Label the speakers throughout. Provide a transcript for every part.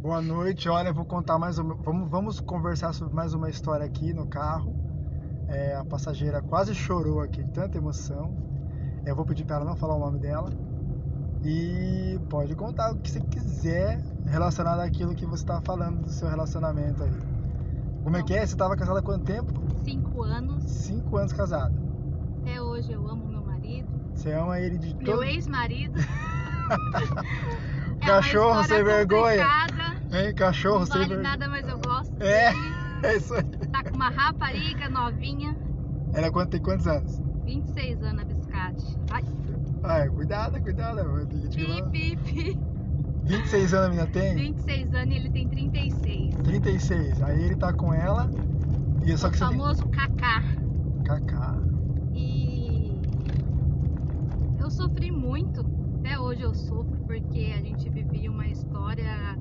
Speaker 1: Boa noite. Olha, vou contar mais uma. Vamos, vamos conversar sobre mais uma história aqui no carro. É, a passageira quase chorou aqui, de tanta emoção. Eu vou pedir para ela não falar o nome dela. E pode contar o que você quiser relacionado àquilo que você está falando do seu relacionamento aí. Como é que é? Você estava casada há quanto tempo?
Speaker 2: Cinco anos.
Speaker 1: Cinco anos casada.
Speaker 2: Até hoje eu amo meu marido.
Speaker 1: Você ama ele de todo.
Speaker 2: Meu ex-marido. É uma
Speaker 1: Cachorro sem
Speaker 2: história
Speaker 1: vergonha.
Speaker 2: complicada,
Speaker 1: Hein, cachorro
Speaker 2: Não
Speaker 1: sem
Speaker 2: vale
Speaker 1: vergonha.
Speaker 2: nada, mas eu gosto.
Speaker 1: É,
Speaker 2: dele.
Speaker 1: é isso aí.
Speaker 2: Tá com uma rapariga novinha,
Speaker 1: Ela é quanto, tem quantos anos?
Speaker 2: 26 anos a biscate. Ai,
Speaker 1: Ah, cuidado, cuidado. eu tipo, tenho que te falar.
Speaker 2: pi, pi, pi.
Speaker 1: 26 anos a menina tem?
Speaker 2: 26 anos e ele tem 36.
Speaker 1: 36. Aí ele tá com ela. E só
Speaker 2: o
Speaker 1: que você tem.
Speaker 2: famoso Kaká.
Speaker 1: Cacá.
Speaker 2: E eu sofri muito, até hoje eu sofro, porque a gente vivia uma história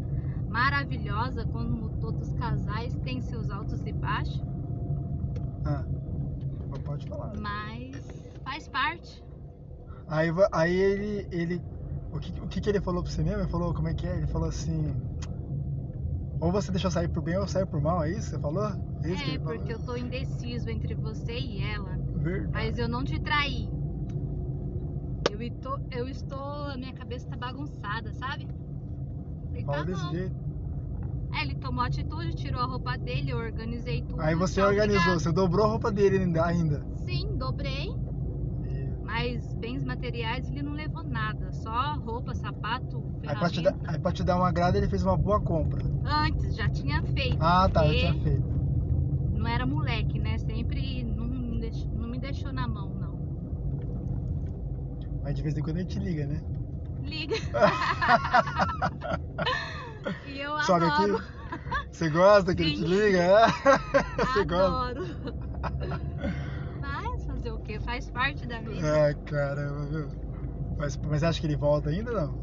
Speaker 2: maravilhosa, como todos os casais têm seus altos e baixos,
Speaker 1: Ah, pode falar.
Speaker 2: mas faz parte.
Speaker 1: Aí, va- aí ele, ele o, que, o que que ele falou pra você mesmo? Ele falou, como é que é? Ele falou assim, ou você deixa eu sair por bem ou eu saio por mal, é isso que você falou? É isso que
Speaker 2: É,
Speaker 1: ele falou?
Speaker 2: porque eu tô indeciso entre você e ela,
Speaker 1: Verdade.
Speaker 2: mas eu não te traí. Eu, e tô- eu estou, a minha cabeça tá bagunçada, sabe? Falei,
Speaker 1: Fala
Speaker 2: tá
Speaker 1: desse
Speaker 2: bom.
Speaker 1: jeito.
Speaker 2: Aí ele tomou atitude, tirou a roupa dele, eu organizei tudo.
Speaker 1: Aí você
Speaker 2: tchau,
Speaker 1: organizou,
Speaker 2: obrigada.
Speaker 1: você dobrou a roupa dele ainda. ainda.
Speaker 2: Sim, dobrei.
Speaker 1: E-
Speaker 2: Mas bens materiais ele não levou nada, só roupa, sapato,
Speaker 1: Aí pra, te
Speaker 2: ferramenta.
Speaker 1: dar, aí pra te dar um agrado ele fez uma boa compra.
Speaker 2: Antes já tinha feito.
Speaker 1: Ah tá, eu
Speaker 2: porque
Speaker 1: tinha feito.
Speaker 2: Não era moleque, né? Sempre não me deix- não me deixou na mão, não.
Speaker 1: Mas de vez em quando ele te liga, né?
Speaker 2: Liga. e eu
Speaker 1: Sobe
Speaker 2: adoro.
Speaker 1: aqui. Você gosta que ele te
Speaker 2: Sim.
Speaker 1: liga? É? Você gosta?
Speaker 2: Adoro. Mas fazer o quê? Faz parte da vida.
Speaker 1: Ah, caramba, viu? Mas, mas acha que ele volta ainda não?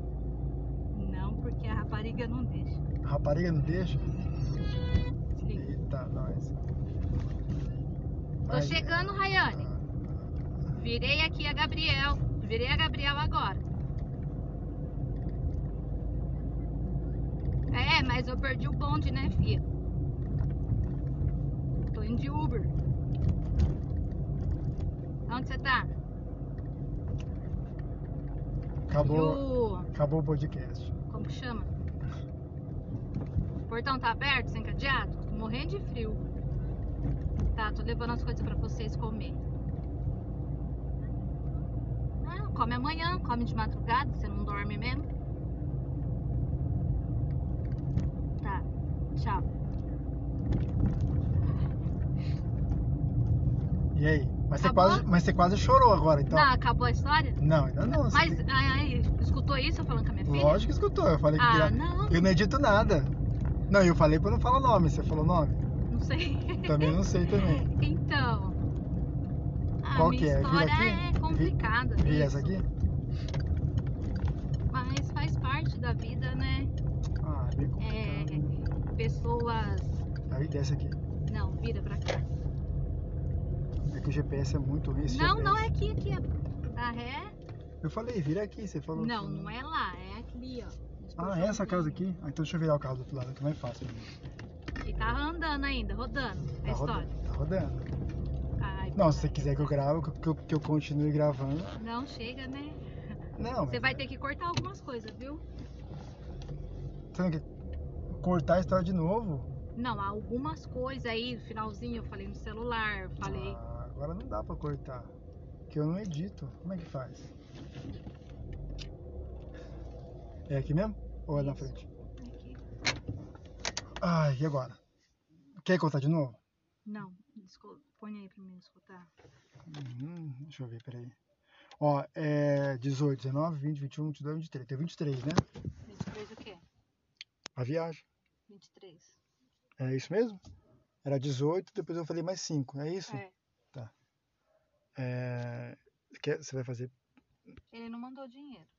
Speaker 2: Não, porque a rapariga não deixa.
Speaker 1: Rapariga não deixa?
Speaker 2: Desliga.
Speaker 1: Eita, nós.
Speaker 2: Tô chegando, Rayane. Virei aqui a Gabriel. Virei a Gabriel agora. É, mas eu perdi o bonde, né, filha? Tô indo de Uber. Onde você tá? E
Speaker 1: Acabou,
Speaker 2: o...
Speaker 1: acabou o podcast.
Speaker 2: Como que chama? O portão tá aberto, sem cadeado? Tô morrendo de frio. Tá, tô levando as coisas pra vocês comer. Ah, come amanhã, come de madrugada, você não dorme mesmo? Tá, tchau.
Speaker 1: E aí? Mas você,
Speaker 2: Acabou?
Speaker 1: quase, mas você quase chorou agora, então.
Speaker 2: Tá, acabou a história?
Speaker 1: Não, ainda Ah, não. você
Speaker 2: Mas,
Speaker 1: tem-
Speaker 2: ai, ai, escutou isso eu falando com a minha filha?
Speaker 1: Lógico que escutou. Eu falei que.
Speaker 2: Ah,
Speaker 1: gra-
Speaker 2: não.
Speaker 1: Eu não edito nada. Não, eu falei pra não falar nome. Você falou nome?
Speaker 2: Não sei.
Speaker 1: Também não sei também.
Speaker 2: Então. A
Speaker 1: Qual
Speaker 2: minha
Speaker 1: que é? Vira
Speaker 2: história
Speaker 1: aqui?
Speaker 2: é complicada.
Speaker 1: E
Speaker 2: isso.
Speaker 1: essa aqui?
Speaker 2: Mas faz parte da vida, né?
Speaker 1: Ah, é meio
Speaker 2: É,
Speaker 1: complicado.
Speaker 2: pessoas.
Speaker 1: Aí desce aqui.
Speaker 2: Não, vira pra cá.
Speaker 1: É que o GPS é muito ruim. esse
Speaker 2: não,
Speaker 1: GPS.
Speaker 2: não é aqui, aqui. é- Tá ré?
Speaker 1: Eu falei, vira aqui. Você falou.
Speaker 2: Não, não é lá, é aqui, ó.
Speaker 1: Ah, é essa casa aqui? Ah, então deixa eu virar o carro do outro lado, que é mais fácil.
Speaker 2: E tá andando ainda, rodando a
Speaker 1: Tá
Speaker 2: história.
Speaker 1: rodando. Tá rodando.
Speaker 2: Ai,
Speaker 1: Não,
Speaker 2: papai.
Speaker 1: se você quiser que eu grave, que eu, que eu continue gravando.
Speaker 2: Não, chega, né?
Speaker 1: Não,
Speaker 2: Você
Speaker 1: mas- é.
Speaker 2: vai ter que cortar algumas coisas, viu?
Speaker 1: Você não quer cortar a história de novo?
Speaker 2: Não, algumas coisas aí, no finalzinho eu falei no celular, falei.
Speaker 1: Ah, agora não dá pra cortar. Porque eu não edito. Como é que faz? É aqui mesmo? Ou é na
Speaker 2: Isso.
Speaker 1: frente?
Speaker 2: Aqui.
Speaker 1: Ai, e agora? Quer contar de novo?
Speaker 2: Não, desculpa, põe aí pra mim escutar.
Speaker 1: Uhum, deixa eu ver, peraí. Ó, é 18, 19, 20, 21, 22, 23. Tem 23, né?
Speaker 2: 23 o quê?
Speaker 1: A viagem.
Speaker 2: 23.
Speaker 1: É isso mesmo? Era 18, depois eu falei mais 5, é isso?
Speaker 2: É.
Speaker 1: É, quer- Você vai fazer
Speaker 2: Ele não mandou dinheiro.